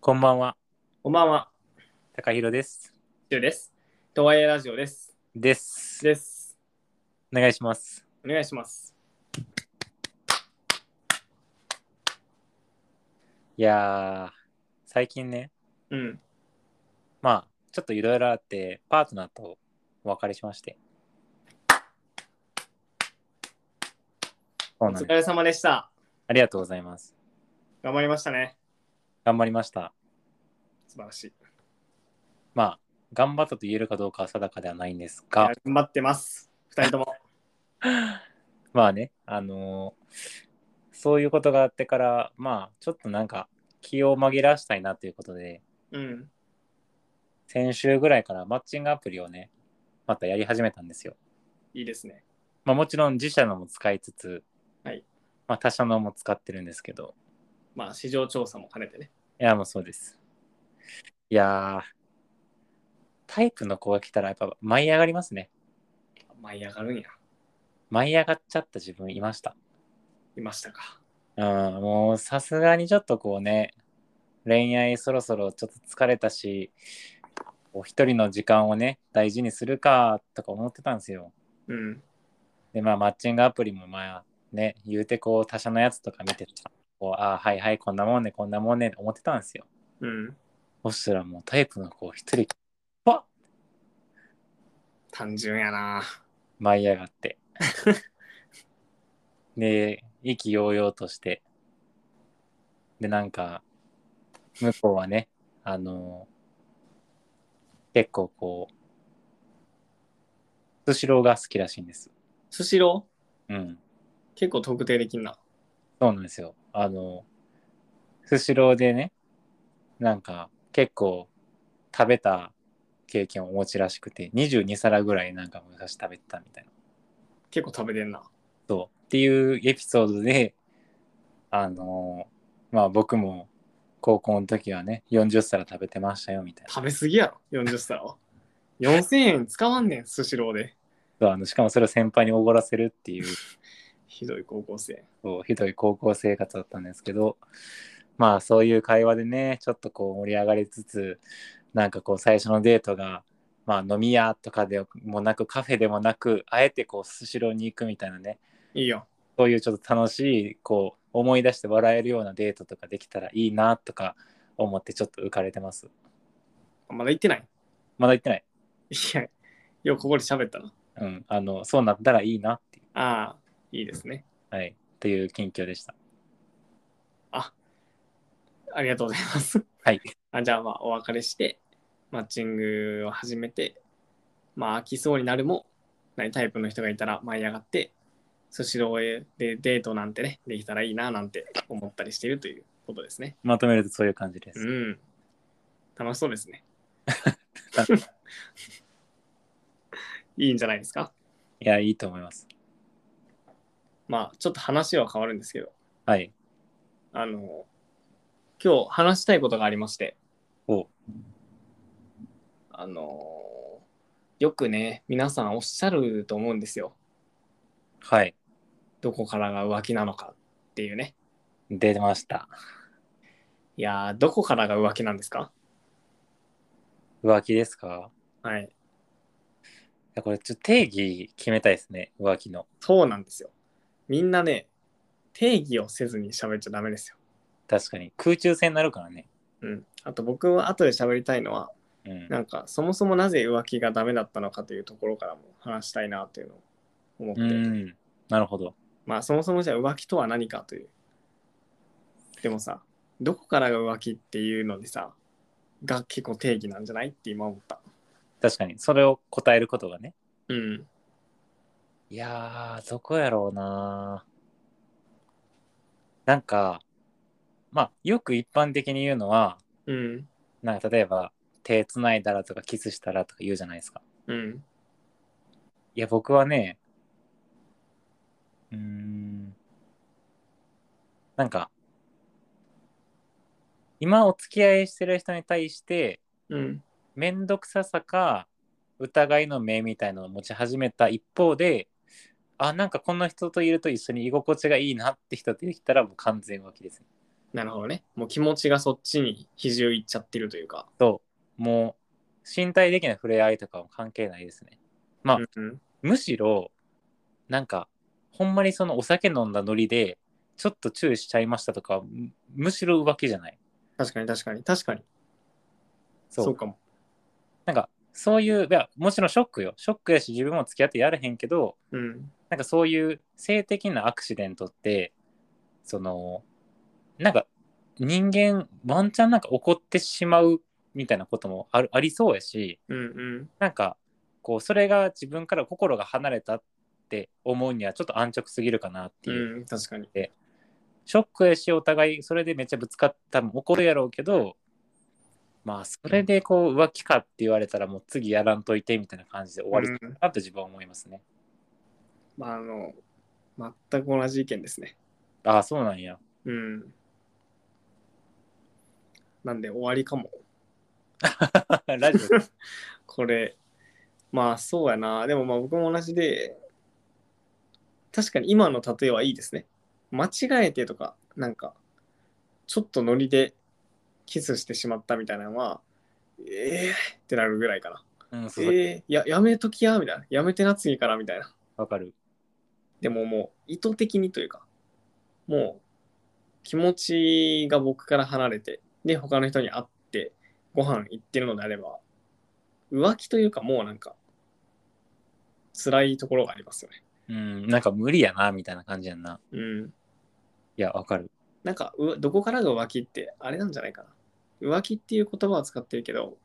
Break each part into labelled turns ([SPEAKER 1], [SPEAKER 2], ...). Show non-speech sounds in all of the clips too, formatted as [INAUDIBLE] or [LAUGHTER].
[SPEAKER 1] こんばんは、
[SPEAKER 2] こんばんは、
[SPEAKER 1] 高弘です。
[SPEAKER 2] しゅうです。とわえラジオです。
[SPEAKER 1] です。
[SPEAKER 2] です。
[SPEAKER 1] お願いします。
[SPEAKER 2] お願いします。
[SPEAKER 1] いやー、最近ね、
[SPEAKER 2] うん。
[SPEAKER 1] まあ、ちょっといろいろあって、パートナーとお別れしまして。そ
[SPEAKER 2] お
[SPEAKER 1] うなんで
[SPEAKER 2] 疲
[SPEAKER 1] す。
[SPEAKER 2] れ様でした。
[SPEAKER 1] ありがとうございます。
[SPEAKER 2] 頑張りましたね。
[SPEAKER 1] 頑張りました。
[SPEAKER 2] 素晴らしい。い
[SPEAKER 1] まあ、頑張ったと言えるかどうかは定かではないんです
[SPEAKER 2] や
[SPEAKER 1] が、
[SPEAKER 2] 頑張ってます。二人とも。
[SPEAKER 1] まあね、あのーそういうことがあってから、まあ、ちょっとなんか、気を紛らわしたいなということで、
[SPEAKER 2] うん。
[SPEAKER 1] 先週ぐらいからマッチングアプリをね、またやり始めたんですよ。
[SPEAKER 2] いいですね。
[SPEAKER 1] まあ、もちろん自社のも使いつつ、
[SPEAKER 2] はい
[SPEAKER 1] まあ、他社のも使ってるんですけど、
[SPEAKER 2] まあ、市場調査も兼ねてね。
[SPEAKER 1] いや、もうそうです。いやー、タイプの子が来たらやっぱ舞い上がりますね。
[SPEAKER 2] 舞い上がるんや。
[SPEAKER 1] 舞い上がっちゃった自分いました。
[SPEAKER 2] いましたか。
[SPEAKER 1] うん、もうさすがにちょっとこうね、恋愛そろそろちょっと疲れたし、お一人の時間をね、大事にするかとか思ってたんですよ。
[SPEAKER 2] うん。
[SPEAKER 1] で、まあ、マッチングアプリもまあ、ね、言うてこう、他社のやつとか見てた。こうああ、はいはい、こんなもんね、こんなもんね、思ってたんですよ。
[SPEAKER 2] うん。
[SPEAKER 1] そしたらもうタイプの子一人、パッ
[SPEAKER 2] 単純やな。
[SPEAKER 1] 舞い上がって。 [LAUGHS] で、意気揚々として。で、なんか、向こうはね、あの結構こう、スシローが好きらしいんです。
[SPEAKER 2] スシロ
[SPEAKER 1] うん。
[SPEAKER 2] ー結構特定できんな。
[SPEAKER 1] そうなんですよ。あの、スシローでね、なんか結構食べた経験をお持ちらしくて、22皿ぐらいなんか昔食べてたみたいな。
[SPEAKER 2] 結構食べてんな。
[SPEAKER 1] そう。っていうエピソードで、あの、まあ僕も高校の時はね、40皿食べてましたよみたいな。
[SPEAKER 2] 食べすぎやろ。40皿は。4000円使わんねん、スシローで。
[SPEAKER 1] そうあのしかもそれを先輩におごらせるっていう。
[SPEAKER 2] ひどい高校生。
[SPEAKER 1] そうひどい高校生活だったんですけどまあそういう会話でねちょっとこう盛り上がりつつなんかこう最初のデートが、まあ、飲み屋とかでもなくカフェでもなくあえてこうスシローに行くみたいなね
[SPEAKER 2] いいよ。
[SPEAKER 1] そういうちょっと楽しいこう思い出して笑えるようなデートとかできたらいいなとか思ってちょっと浮かれてます
[SPEAKER 2] まだ行ってない。
[SPEAKER 1] まだ行ってない
[SPEAKER 2] いや、ようここで喋ったな。
[SPEAKER 1] うんあのそうなったらいいなってい
[SPEAKER 2] ああ、いいですね。
[SPEAKER 1] うはいという近況でした
[SPEAKER 2] ありがとうございます。 [LAUGHS]
[SPEAKER 1] はい
[SPEAKER 2] あじゃあ、まあ、お別れして、マッチングを始めて、まあ、飽きそうになるも、何タイプの人がいたら舞い上がって、スシローでデートなんてね、できたらいいななんて思ったりしているということですね。
[SPEAKER 1] まとめるとそういう感じです、
[SPEAKER 2] うん。楽しそうです
[SPEAKER 1] [LAUGHS]
[SPEAKER 2] ね。いいんじゃないですか。
[SPEAKER 1] いやいいと思います
[SPEAKER 2] まあ、ちょっと話は変わるんですけど、
[SPEAKER 1] はい
[SPEAKER 2] あの、今日話したいことがありまして、
[SPEAKER 1] お
[SPEAKER 2] あのーよくね皆さんおっしゃると思うんですよ
[SPEAKER 1] はい
[SPEAKER 2] どこからが浮気なのかっていうね
[SPEAKER 1] 出ました
[SPEAKER 2] いやーどこからが浮気なんですか
[SPEAKER 1] 浮気ですか
[SPEAKER 2] はい
[SPEAKER 1] いやこれちょっと定義決めたいですね浮気の
[SPEAKER 2] そうなんですよみんなね定義をせずに喋っちゃダメですよ
[SPEAKER 1] 確かに空中戦になるからね
[SPEAKER 2] うんあと僕は後で喋りたいのは
[SPEAKER 1] うん
[SPEAKER 2] なんかそもそもなぜ浮気がダメだったのかというところからも話したいなというのを思って、
[SPEAKER 1] うんなるほど
[SPEAKER 2] まあそもそもじゃあ浮気とは何かというでもさどこからが浮気っていうのでさが結構定義なんじゃないって今思った
[SPEAKER 1] 確かにそれを答えることがね
[SPEAKER 2] うん
[SPEAKER 1] いやーどこやろうななんかまあよく一般的に言うのは
[SPEAKER 2] うん
[SPEAKER 1] なんか例えば手つないだらとかキスしたらとか言うじゃないですか
[SPEAKER 2] うん
[SPEAKER 1] いや僕はねうーんなんか今お付き合いしてる人に対して
[SPEAKER 2] うん
[SPEAKER 1] 面倒くささか疑いの目みたいなのを持ち始めた一方であなんかこんな人といると一緒に居心地がいいなって人出てきたらもう完全浮気ですね
[SPEAKER 2] なるほどね。もう気持ちがそっちに比重いっちゃってるというか。
[SPEAKER 1] そうもう身体的な触れ合いとかは関係ないですねあ
[SPEAKER 2] うん
[SPEAKER 1] むしろなんかほんまにそのお酒飲んだノリでちょっと注意しちゃいましたとかむむしろ浮気じゃない
[SPEAKER 2] 確かに確かに確かに。
[SPEAKER 1] そ
[SPEAKER 2] そううかも。
[SPEAKER 1] なんかそういういやもちろんショックよショックやし自分も付き合ってやれへんけど
[SPEAKER 2] うん。
[SPEAKER 1] なんかそういう性的なアクシデントってそのなんか人間ワンチャンなんか怒ってしまうみたいなこともあるありそうやし
[SPEAKER 2] うんうん。
[SPEAKER 1] なんかこうそれが自分から心が離れたって思うにはちょっと安直すぎるかなっていう、
[SPEAKER 2] うん。確かに。
[SPEAKER 1] ショックやしお互いそれでめっちゃぶつかったも怒るやろうけどまあそれでこう浮気かって言われたらもう次やらんといてみたいな感じで終わり
[SPEAKER 2] うん
[SPEAKER 1] だと自分は思いますね。
[SPEAKER 2] まあ、あの、全く同じ意見ですね。
[SPEAKER 1] ああそうなんや。 [LAUGHS]
[SPEAKER 2] うん。なんで終わりかも。
[SPEAKER 1] ラジオ
[SPEAKER 2] これ、まあそうやな。でもまあ僕も同じで、確かに今の例えはいいですね。間違えてとか、なんか、ちょっとノリでキスしてしまったみたいなのは、ええー、ってなるぐらいかな。
[SPEAKER 1] うん、そう
[SPEAKER 2] ええー、や、やめときや、みたいな。やめてな、次から、みたいな。
[SPEAKER 1] わかる。
[SPEAKER 2] でももう意図的にというか、もう気持ちが僕から離れて、で、他の人に会って、ご飯行ってるのであれば、浮気というかもうなんか、辛いところがありますよね。
[SPEAKER 1] うん、なんか無理やな、みたいな感じやんな。
[SPEAKER 2] うん。
[SPEAKER 1] いや、わかる。
[SPEAKER 2] なんか、うどこからが浮気って、あれなんじゃないかな。浮気っていう言葉は使ってるけど、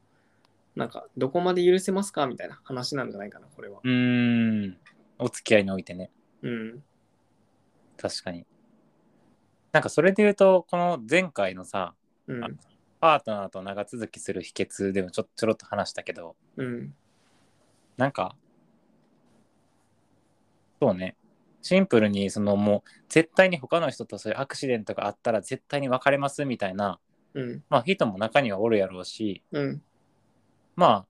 [SPEAKER 2] なんか、どこまで許せますかみたいな話なんじゃないかな、これは。
[SPEAKER 1] うーん、お付き合いにおいてね、
[SPEAKER 2] うん。
[SPEAKER 1] 確かに。なんかそれで言うと、この前回のさ、
[SPEAKER 2] うん。
[SPEAKER 1] パートナーと長続きする秘訣でもちょちょろっと話したけど、
[SPEAKER 2] うん。
[SPEAKER 1] なんか、そうね、シンプルに、そのもう、絶対に他の人とそういうアクシデントがあったら、絶対に別れますみたいな、
[SPEAKER 2] うん。
[SPEAKER 1] まあ、人も中にはおるやろうし、
[SPEAKER 2] うん。
[SPEAKER 1] まあ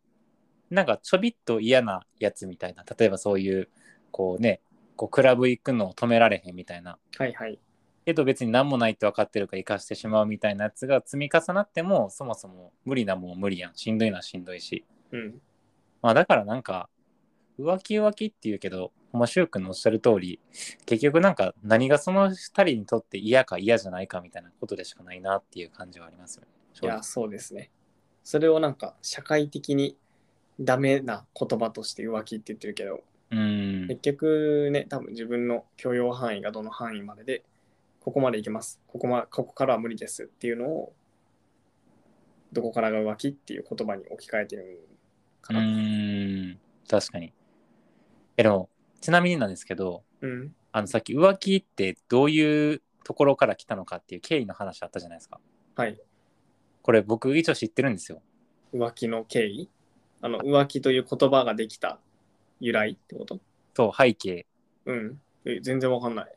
[SPEAKER 1] なんかちょびっと嫌なやつみたいな例えばそういうこうねこうクラブ行くのを止められへんみたいな
[SPEAKER 2] はいはい。
[SPEAKER 1] けど別に何もないって分かってるから生かしてしまうみたいなやつが積み重なってもそもそも無理なもん無理やんしんどいのはしんどいし、
[SPEAKER 2] うん。
[SPEAKER 1] まあ、だからなんか浮気浮気っていうけどほんま柊君のおっしゃる通り結局なんか何がその2人にとって嫌か嫌じゃないかみたいなことでしかないなっていう感じはありますよね。
[SPEAKER 2] い
[SPEAKER 1] 正直
[SPEAKER 2] や、そうですね。それをなんか社会的にダメな言葉として浮気って言ってるけど、
[SPEAKER 1] うん
[SPEAKER 2] 結局ね、多分自分の許容範囲がどの範囲までで、ここまでいけます。ここ,、ま、ここからは無理ですっていうのを、どこからが浮気っていう言葉に置き換えてるか
[SPEAKER 1] う
[SPEAKER 2] な。
[SPEAKER 1] ーん確かに。えでもちなみになんですけど
[SPEAKER 2] うん。
[SPEAKER 1] あのさっき浮気ってどういうところから来たのかっていう経緯の話あったじゃないですか。
[SPEAKER 2] はい。
[SPEAKER 1] これ僕一応知ってるんですよ。
[SPEAKER 2] 浮気の経緯あの、浮気という言葉ができた由来ってこと
[SPEAKER 1] そう背景。
[SPEAKER 2] うん。え全然わかんない。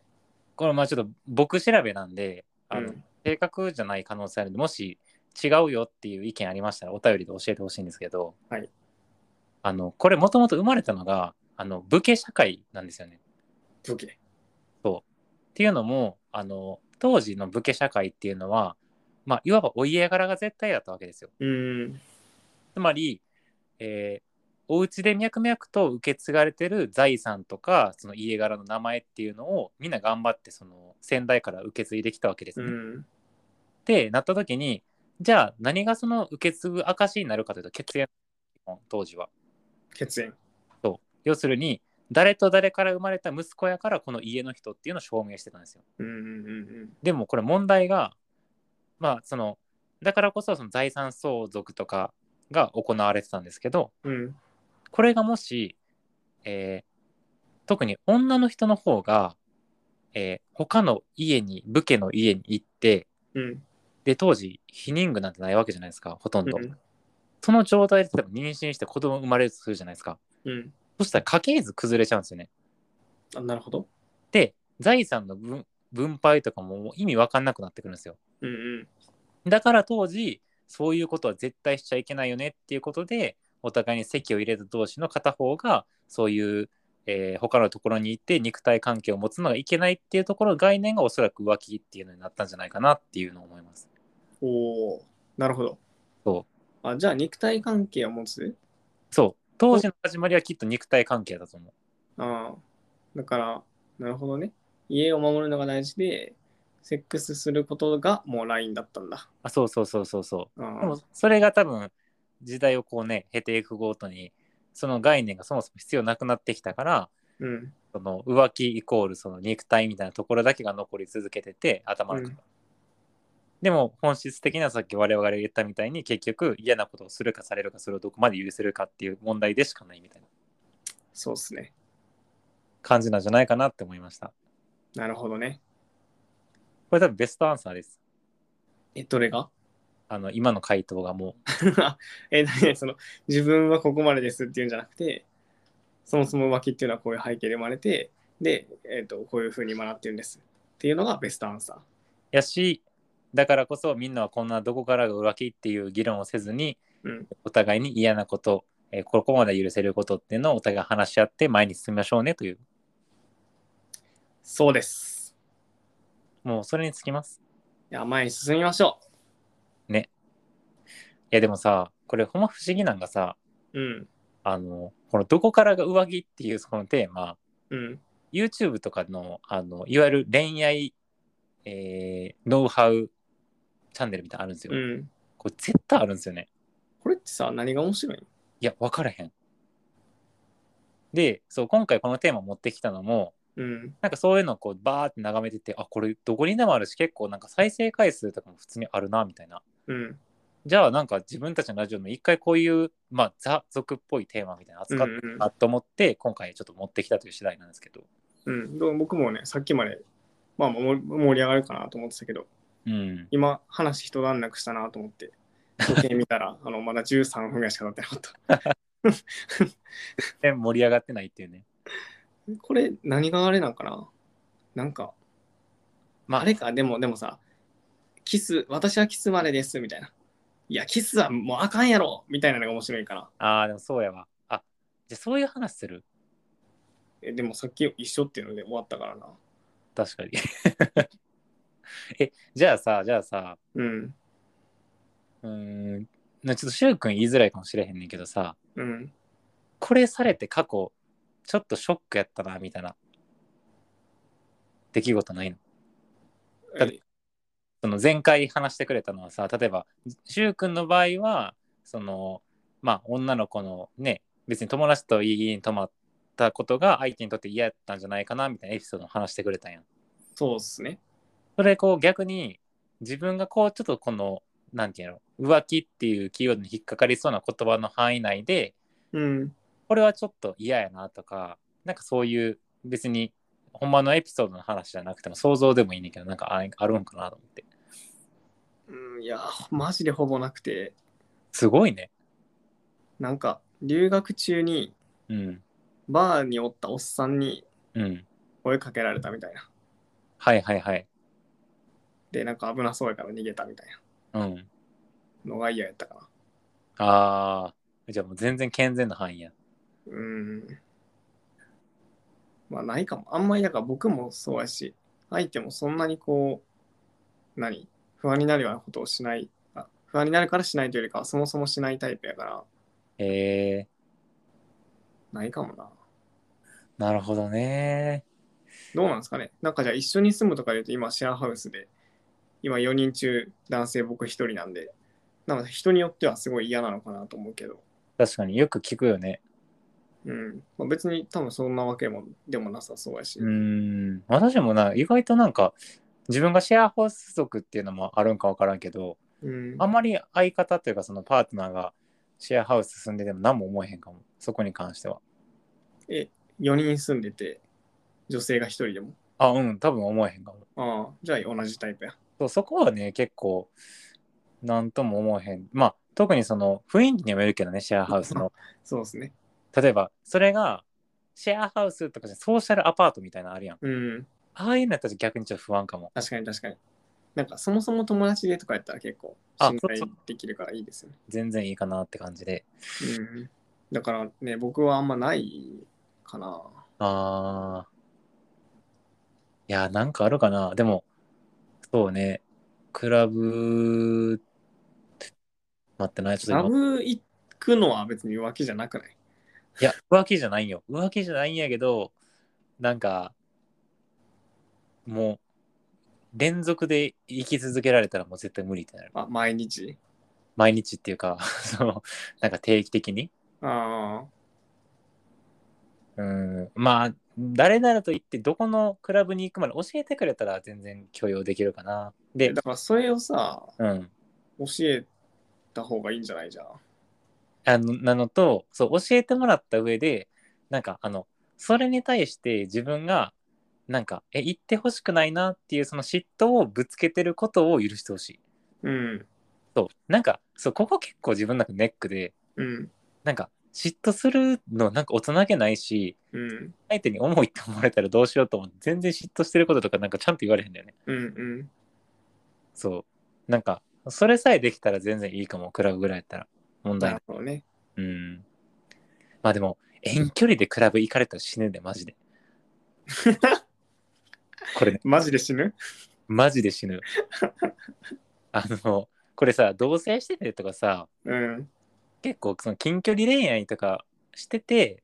[SPEAKER 1] これまあちょっと僕調べなんであの、
[SPEAKER 2] うん
[SPEAKER 1] 正確じゃない可能性あるんでもし違うよっていう意見ありましたらお便りで教えてほしいんですけど、
[SPEAKER 2] はい
[SPEAKER 1] あのこれもともと生まれたのがあの武家社会なんですよね。
[SPEAKER 2] 武器。
[SPEAKER 1] っていうのもあの当時の武家社会っていうのは、まあ、いわばお家柄が絶対だったわけですよ。
[SPEAKER 2] うん。
[SPEAKER 1] つまり、えーお家で脈々と受け継がれてる財産とかその家柄の名前っていうのをみんな頑張ってその先代から受け継いできたわけです
[SPEAKER 2] う
[SPEAKER 1] ね。
[SPEAKER 2] ん。
[SPEAKER 1] ってなった時にじゃあ何がその受け継ぐ証になるかというと血縁当時は。
[SPEAKER 2] 血縁。
[SPEAKER 1] 要するに誰と誰から生まれた息子やからこの家の人っていうのを証明してたんですよ。
[SPEAKER 2] うんうんうん
[SPEAKER 1] でもこれ問題がまあそのだからこそその財産相続とかが行われてたんですけど
[SPEAKER 2] うん。うん。
[SPEAKER 1] これがもし、えー特に女の人の方が、えー他の家に武家の家に行って
[SPEAKER 2] うん。
[SPEAKER 1] で当時避妊具なんてないわけじゃないですかほとんど、
[SPEAKER 2] うん
[SPEAKER 1] その状態で例えば妊娠して子供生まれるとするじゃないですか
[SPEAKER 2] うん。
[SPEAKER 1] そしたら家系図崩れちゃうんですよね
[SPEAKER 2] あなるほど。
[SPEAKER 1] で財産の分分配とかももう意味わかんなくなってくるんですよ
[SPEAKER 2] うんうん。
[SPEAKER 1] だから当時そういうことは絶対しちゃいけないよねっていうことでお互いに籍を入れた同士の片方がそういう、えー他のところに行って肉体関係を持つのがいけないっていうところ概念がおそらく浮気っていうのになったんじゃないかなっていうのを思います。
[SPEAKER 2] おおなるほど。
[SPEAKER 1] そう
[SPEAKER 2] あじゃあ肉体関係を持つ
[SPEAKER 1] そう当時の始まりはきっと肉体関係だと思う。
[SPEAKER 2] ああだからなるほどね。家を守るのが大事でセックスすることがもうラインだったんだ。
[SPEAKER 1] あそうそうそうそうそ
[SPEAKER 2] あ
[SPEAKER 1] う。
[SPEAKER 2] ー
[SPEAKER 1] でもそれが多分時代をこうね経ていくごとにその概念がそもそも必要なくなってきたから
[SPEAKER 2] うん
[SPEAKER 1] その浮気イコールその肉体みたいなところだけが残り続けてて頭の中、
[SPEAKER 2] うん
[SPEAKER 1] でも本質的なさっき我々が言ったみたいに結局嫌なことをするかされるかそれをどこまで許せるかっていう問題でしかないみたいな
[SPEAKER 2] そうっすね。
[SPEAKER 1] 感じなんじゃないかなって思いました
[SPEAKER 2] なるほどね。
[SPEAKER 1] これ多分ベストアンサーです
[SPEAKER 2] えどれが
[SPEAKER 1] あの今の回答がもう
[SPEAKER 2] え何その自分はここまでですっていうんじゃなくてそもそも浮気っていうのはこういう背景で生まれてで、えー、とこういうふうに学ってるんですっていうのがベストアンサー。
[SPEAKER 1] やしだからこそみんなはこんなどこからが浮気っていう議論をせずに
[SPEAKER 2] うん、
[SPEAKER 1] お互いに嫌なこと、えーここまで許せることっていうのをお互い話し合って前に進みましょうねという
[SPEAKER 2] そうです。
[SPEAKER 1] もうそれにつきます
[SPEAKER 2] いや前に進みましょ
[SPEAKER 1] いやでもさこれほんま不思議なんがさ
[SPEAKER 2] う。うん。
[SPEAKER 1] あのこの「どこからが上着」っていうそのテーマ
[SPEAKER 2] うん。
[SPEAKER 1] YouTube とかのあのいわゆる恋愛、えーノウハウチャンネルみたいなのあるんですよ、
[SPEAKER 2] うん。
[SPEAKER 1] これ絶対あるんですよね
[SPEAKER 2] これってさ、何が面白いの
[SPEAKER 1] いや分からへんでそう今回このテーマ持ってきたのも
[SPEAKER 2] うん。
[SPEAKER 1] なんかそういうのをこうバーって眺めててあこれどこにでもあるし結構なんか再生回数とかも普通にあるなみたいな
[SPEAKER 2] うん。
[SPEAKER 1] じゃあなんか自分たちのラジオでも一回こういう、まあ、ザ族っぽいテーマみたいなの扱っ
[SPEAKER 2] うんうん
[SPEAKER 1] たと思って、今回ちょっと持ってきたという次第なんですけど、
[SPEAKER 2] うん、どう僕もね、さっきまで、まあ、も盛り上がるかなと思ってたけど、
[SPEAKER 1] うん、
[SPEAKER 2] 今、話一段落したなと思って、時計見たら、あ [LAUGHS] のまだ13分ぐらいしか経ってなかった。
[SPEAKER 1] で盛り上がってないっていうね
[SPEAKER 2] これ、何があれなんかななんか、
[SPEAKER 1] まあ
[SPEAKER 2] あれか、でも、でもさ、キス、私はキスまでです、みたいな。いや、キスはもうあかんやろみたいなのが面白いから。
[SPEAKER 1] あーでもそうやわあじゃあそういう話する
[SPEAKER 2] えでもさっき一緒っていうので終わったからな。
[SPEAKER 1] 確かに [LAUGHS] えじゃあさじゃあさ
[SPEAKER 2] うん。
[SPEAKER 1] うーんなちょっとしゅうくん言いづらいかもしれへんねんけどさ
[SPEAKER 2] うん。
[SPEAKER 1] これされて過去ちょっとショックやったなみたいな出来事ないのだってその前回話してくれたのはさ例えばしゅうくんの場合はそのまあ女の子のね別に友達といい家に泊まったことが相手にとって嫌やったんじゃないかなみたいなエピソードを話してくれたんやん
[SPEAKER 2] そうっすね。
[SPEAKER 1] それこう逆に自分がこうちょっとこのなんていうの浮気っていうキーワードに引っかかりそうな言葉の範囲内で
[SPEAKER 2] うん。
[SPEAKER 1] これはちょっと嫌やなとかなんかそういう別にほんまのエピソードの話じゃなくても想像でもいいねんけどなんかああるんかなと思って
[SPEAKER 2] うん、いや、マジでほぼなくて、
[SPEAKER 1] すごいね
[SPEAKER 2] なんか、留学中に
[SPEAKER 1] うん
[SPEAKER 2] バーにおったおっさんに
[SPEAKER 1] うん
[SPEAKER 2] 声かけられたみたいな。
[SPEAKER 1] はいはいはい
[SPEAKER 2] で、なんか危なそうやから逃げたみたい
[SPEAKER 1] うん
[SPEAKER 2] なのが嫌やったかな。
[SPEAKER 1] あーじゃあもう全然健全な範囲や
[SPEAKER 2] うん。まあ、ないかも。あんまり、だから僕もそうやし、相手もそんなにこう、何不安になるようなことをしない。あ不安になるからしないというよりかは、そもそもしないタイプやから、
[SPEAKER 1] えー、
[SPEAKER 2] ないかもな。
[SPEAKER 1] なるほどね
[SPEAKER 2] どうなんですかねなんかじゃあ一緒に住むとかで言うと今シェアハウスで今4人中男性僕1人なんでなので人によってはすごい嫌なのかなと思うけど、
[SPEAKER 1] 確かによく聞くよね
[SPEAKER 2] うんまあ、別に多分そんなわけもでもなさそうやし、
[SPEAKER 1] うーん私もな意外となんか自分がシェアハウス族っていうのもあるんか分からんけど
[SPEAKER 2] うん
[SPEAKER 1] あんまり相方というかそのパートナーがシェアハウス住んでても何も思えへんかもそこに関しては
[SPEAKER 2] え4人住んでて女性が1人でも
[SPEAKER 1] あうん多分思えへんかも
[SPEAKER 2] ああじゃあ同じタイプや
[SPEAKER 1] そうそこはね結構何とも思えへんまあ特にその雰囲気にもよるけどねシェアハウスの
[SPEAKER 2] そうですね
[SPEAKER 1] 例えばそれがシェアハウスとかじゃソーシャルアパートみたいなのあるやん
[SPEAKER 2] うん
[SPEAKER 1] ああいうのやったら逆にちょっと不安かも
[SPEAKER 2] 確かに確かになんかそもそも友達でとかやったら結構
[SPEAKER 1] あ
[SPEAKER 2] 信
[SPEAKER 1] そ
[SPEAKER 2] 頼
[SPEAKER 1] うそ
[SPEAKER 2] できるからいいですよね
[SPEAKER 1] 全然いいかなって感じで
[SPEAKER 2] うんだからね僕はあんまないかな
[SPEAKER 1] ああ。いや、なんかあるかな。でも、そうね。クラブ、待ってない。ちょっと
[SPEAKER 2] ラ
[SPEAKER 1] 今、
[SPEAKER 2] ブ行くのは別に浮気じゃなくない
[SPEAKER 1] いや、浮気じゃないんよ。浮気じゃないんやけど、なんか、もう、連続で生き続けられたらもう絶対無理ってなる。
[SPEAKER 2] あ毎日
[SPEAKER 1] 毎日っていうか、 [LAUGHS] その、なんか定期的に。
[SPEAKER 2] あ
[SPEAKER 1] うん、まあ、誰ならと言って、どこのクラブに行くまで教えてくれたら全然許容できるかな。
[SPEAKER 2] あ
[SPEAKER 1] で、
[SPEAKER 2] だからそれをさ
[SPEAKER 1] うん。
[SPEAKER 2] 教えた方がいいんじゃないじゃん
[SPEAKER 1] あのなのとそう教えてもらった上でなんかあのそれに対して自分がなんかえ言ってほしくないなっていうその嫉妬をぶつけてることを許してほしい
[SPEAKER 2] うん
[SPEAKER 1] そうなんかそうここ結構自分の中でネックで
[SPEAKER 2] うん
[SPEAKER 1] なんか嫉妬するのなんか大人げないし
[SPEAKER 2] うん
[SPEAKER 1] 相手に重いって思われたらどうしようと思って全然嫉妬してることとかなんかちゃんと言われへんだよね
[SPEAKER 2] うんうん
[SPEAKER 1] そうなんかそれさえできたら全然いいかもクラブぐらいやったら問題
[SPEAKER 2] な
[SPEAKER 1] な
[SPEAKER 2] る
[SPEAKER 1] い
[SPEAKER 2] ほどね
[SPEAKER 1] うんまあでも遠距離でクラブ行かれたら死ぬでマジでこれね
[SPEAKER 2] マジで死ぬ
[SPEAKER 1] マジで死ぬあのこれさ同棲しててとかさ
[SPEAKER 2] うん
[SPEAKER 1] 結構その近距離恋愛とかしてて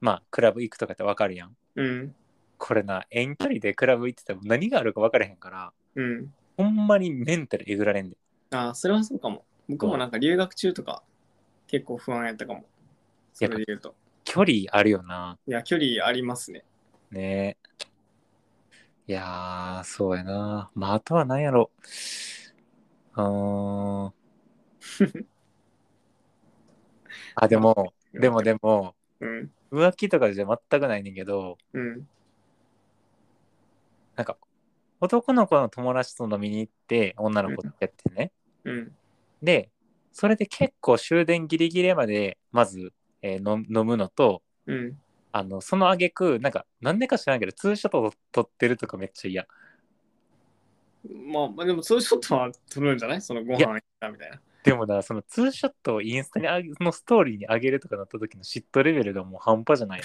[SPEAKER 1] まあクラブ行くとかってわかるやん
[SPEAKER 2] うん
[SPEAKER 1] これな遠距離でクラブ行ってても何があるか分からへんから
[SPEAKER 2] うん
[SPEAKER 1] ほんまにメンタルえぐられんで
[SPEAKER 2] ああそれはそうかも僕もなんか留学中とか結構不安やったかもそれで言うと
[SPEAKER 1] 距離あるよない
[SPEAKER 2] や距離ありますね
[SPEAKER 1] ねえ。いやー、そうやな。まあ、あとは何やろ。うーん。あ、でも、でもでも、
[SPEAKER 2] うん
[SPEAKER 1] 浮気とかじゃ全くないねんけど、
[SPEAKER 2] うん
[SPEAKER 1] なんか、男の子の友達と飲みに行って、女の子とやってね。
[SPEAKER 2] うん
[SPEAKER 1] で、それで結構終電ギリギリまで、まず、えー飲飲むのと、
[SPEAKER 2] うん
[SPEAKER 1] あの、その挙句、なんか、なんでか知らんけど、ツーショット撮ってるとかめっちゃ嫌。
[SPEAKER 2] まあまあでもそういうショットは撮るんじゃないそのご飯行ったみたいな
[SPEAKER 1] でもな、そのツーショットをインスタにあげのストーリーに上げるとかなった時の嫉妬レベルがもう半端じゃない。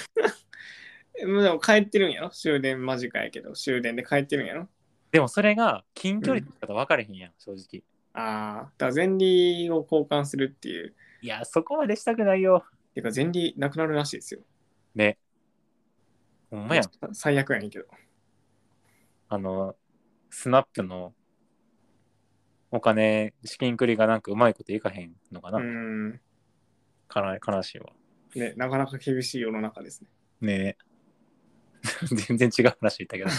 [SPEAKER 2] えでも帰ってるんやろ終電間近やけど終電で帰ってるんやろ
[SPEAKER 1] でもそれが近距離とかと分かれへんやん、正直。
[SPEAKER 2] ああだから前例を交換するっていう
[SPEAKER 1] いや、そこまでしたくないよ。
[SPEAKER 2] てか前例なくなるらしいですよ
[SPEAKER 1] ね。ほんまやん。
[SPEAKER 2] 最悪やねんけど
[SPEAKER 1] あの、スナップのお金、資金繰りがなんかうまいこといかへんのかな。
[SPEAKER 2] うん
[SPEAKER 1] かな悲しいわ。
[SPEAKER 2] ねなかなか厳しい世の中ですね
[SPEAKER 1] ねえ。 [LAUGHS] 全然違う話言ったけど。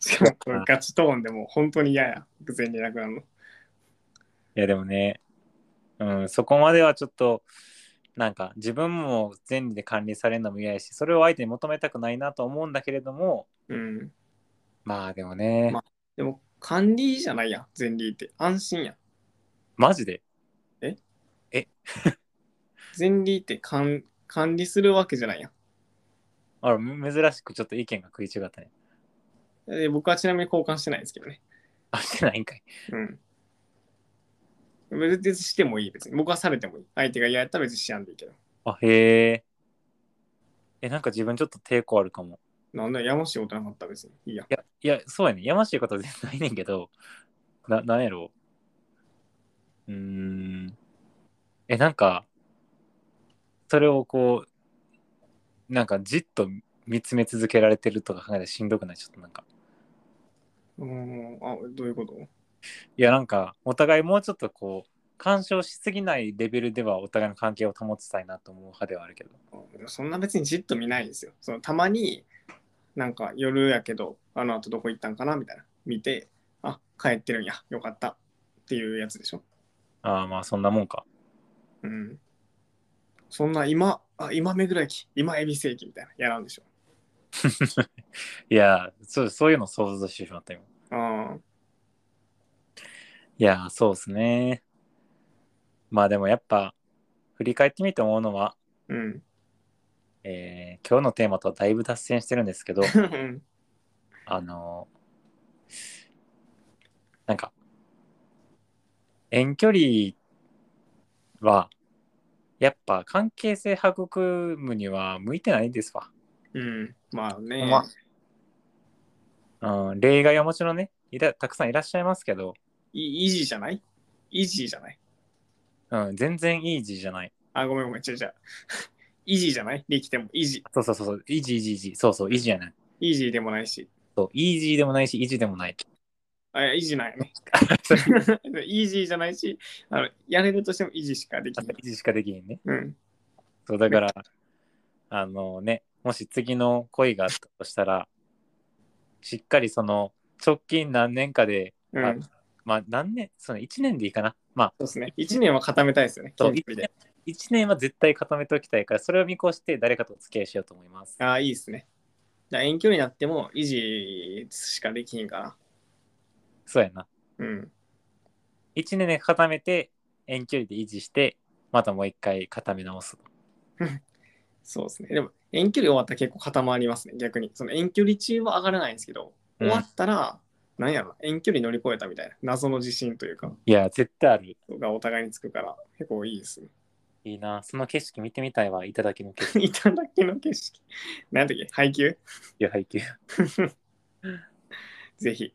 [SPEAKER 2] しかも [LAUGHS] このガチトーンでもう本当に嫌や前例なくなるの
[SPEAKER 1] いやでもね、うん、そこまではちょっと、なんか自分も全部で管理されるのも嫌やし、それを相手に求めたくないなと思うんだけれども、
[SPEAKER 2] うん
[SPEAKER 1] まあでもね、
[SPEAKER 2] までも管理じゃないやん前例って安心やん
[SPEAKER 1] マジで、
[SPEAKER 2] 前例って管管理するわけじゃないやん
[SPEAKER 1] あら、む珍しくちょっと意見が食い違ったね。
[SPEAKER 2] え僕はちなみに交換してないですけどね
[SPEAKER 1] あ、してないんかい。
[SPEAKER 2] うん別にしてもいい別に僕はされてもいい相手が嫌やったら別にしやんでいいけど
[SPEAKER 1] あ、へえ。え、なんか自分ちょっと抵抗あるかも。
[SPEAKER 2] なんだやましいことなかったら別にいいやん
[SPEAKER 1] いや、いや、そうやね。やましいことは全然ないねんけど、な、なんやろう。うーん。え、なんか、それをこう、なんかじっと見つめ続けられてるとか考えたらしんどくないちょっとなんか。
[SPEAKER 2] うんあどういうこと
[SPEAKER 1] いや、なんか、お互いもうちょっとこう、干渉しすぎないレベルではお互いの関係を保ちたいなと思う派ではあるけど。
[SPEAKER 2] そんな別にじっと見ないですよ。そのたまになんか夜やけどあの後どこ行ったんかなみたいな見てあ帰ってるんやよかったっていうやつでしょ。
[SPEAKER 1] ああ、まあそんなもんか。
[SPEAKER 2] うん。そんな今あ今目黒駅今恵比寿駅みたいなやらんでしょ。
[SPEAKER 1] いや、そう、そういうの想像してしまった今。
[SPEAKER 2] あ
[SPEAKER 1] いやー、そうですね。まあでもやっぱ、振り返ってみて思うのは、
[SPEAKER 2] ーうん。 [LAUGHS]
[SPEAKER 1] えー今日のテーマとはだいぶ脱線してるんですけど、あのーなんか、遠距離は、やっぱ関係性育むには向いてないんですわ。
[SPEAKER 2] うん。まあね。
[SPEAKER 1] まうん、例外はもちろんねいらたくさんいらっしゃいますけど、
[SPEAKER 2] いイージーじゃないイージーじゃない
[SPEAKER 1] うん、全然イージーじゃない
[SPEAKER 2] あ、ごめんごめん、違う違 [LAUGHS] う。イージーじゃないできても、イージ
[SPEAKER 1] そうそうそうそうイージーイージーイージーそうそうイージーじゃない
[SPEAKER 2] ー。イージーでもないし。
[SPEAKER 1] そうイージーでもないしイージーでもない
[SPEAKER 2] あ、いやイージーなんやね。
[SPEAKER 1] [LAUGHS]
[SPEAKER 2] イージーじゃないし、あのやれるとしてもイージーしかでき
[SPEAKER 1] イ
[SPEAKER 2] ない。
[SPEAKER 1] ージーしかできへんね
[SPEAKER 2] うん。
[SPEAKER 1] そうだからあのねもし次の恋があったとしたらしっかりその直近何年かで
[SPEAKER 2] うん。
[SPEAKER 1] あ
[SPEAKER 2] そう
[SPEAKER 1] まあ何年その1年でいいかなまあ
[SPEAKER 2] ですね。1年は固めたいですよね。
[SPEAKER 1] そう
[SPEAKER 2] 筋トレで
[SPEAKER 1] 1年は絶対固めておきたいからそれを見越して誰かとお付き合いしようと思います
[SPEAKER 2] ああ、いいですね。だから遠距離になっても、イージーしかできひんか
[SPEAKER 1] そうやな
[SPEAKER 2] な。うん。
[SPEAKER 1] 1年で固めて遠距離で維持してまたもう一回固め直す
[SPEAKER 2] そうですね。でも、遠距離終わったら結構固まりますね、逆に。その遠距離中は上がらないんですけど、
[SPEAKER 1] うん
[SPEAKER 2] 終わったら、なんやろな、遠距離乗り越えたみたいな、謎の自信というか、
[SPEAKER 1] いや絶対ある
[SPEAKER 2] がお互いにつくから、結構いいですね。 [LAUGHS]
[SPEAKER 1] いいなその景色見てみたいわいただきの景色
[SPEAKER 2] いただけの景色。なんだっけ配給
[SPEAKER 1] いや配給
[SPEAKER 2] ぜひ。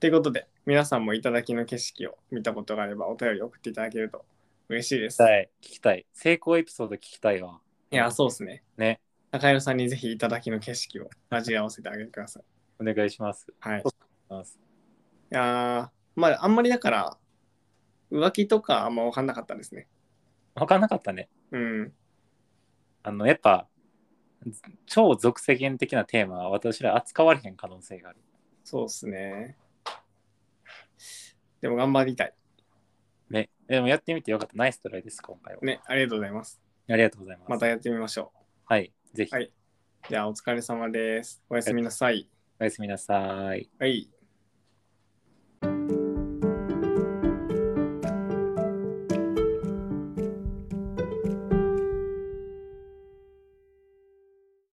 [SPEAKER 2] ということで、皆さんもいただきの景色を見たことがあればお便り送っていただけると嬉しいです。
[SPEAKER 1] はい聞きたい成功エピソード聞きたいわ
[SPEAKER 2] いや、そうですね。
[SPEAKER 1] ね
[SPEAKER 2] 高弘さんにぜひいただきの景色を味合わせてあげてください。
[SPEAKER 1] お願いします
[SPEAKER 2] はい。い
[SPEAKER 1] ます
[SPEAKER 2] やーまあ、あんまりだから、浮気とかあんま分かんなかったですね。
[SPEAKER 1] 分かんなかったね
[SPEAKER 2] うん。
[SPEAKER 1] あのやっぱ超属世間的なテーマは私ら扱われへん可能性がある
[SPEAKER 2] そうですね。でも頑張りたい。
[SPEAKER 1] ねでもやってみてよかったナイストライです今回は、
[SPEAKER 2] ね、ありがとうございます。
[SPEAKER 1] ありがとうございます
[SPEAKER 2] またやってみましょ
[SPEAKER 1] はいぜひ、
[SPEAKER 2] はいじゃあ、お疲れ様です。おやすみなさい。
[SPEAKER 1] おやすみなさい
[SPEAKER 2] はい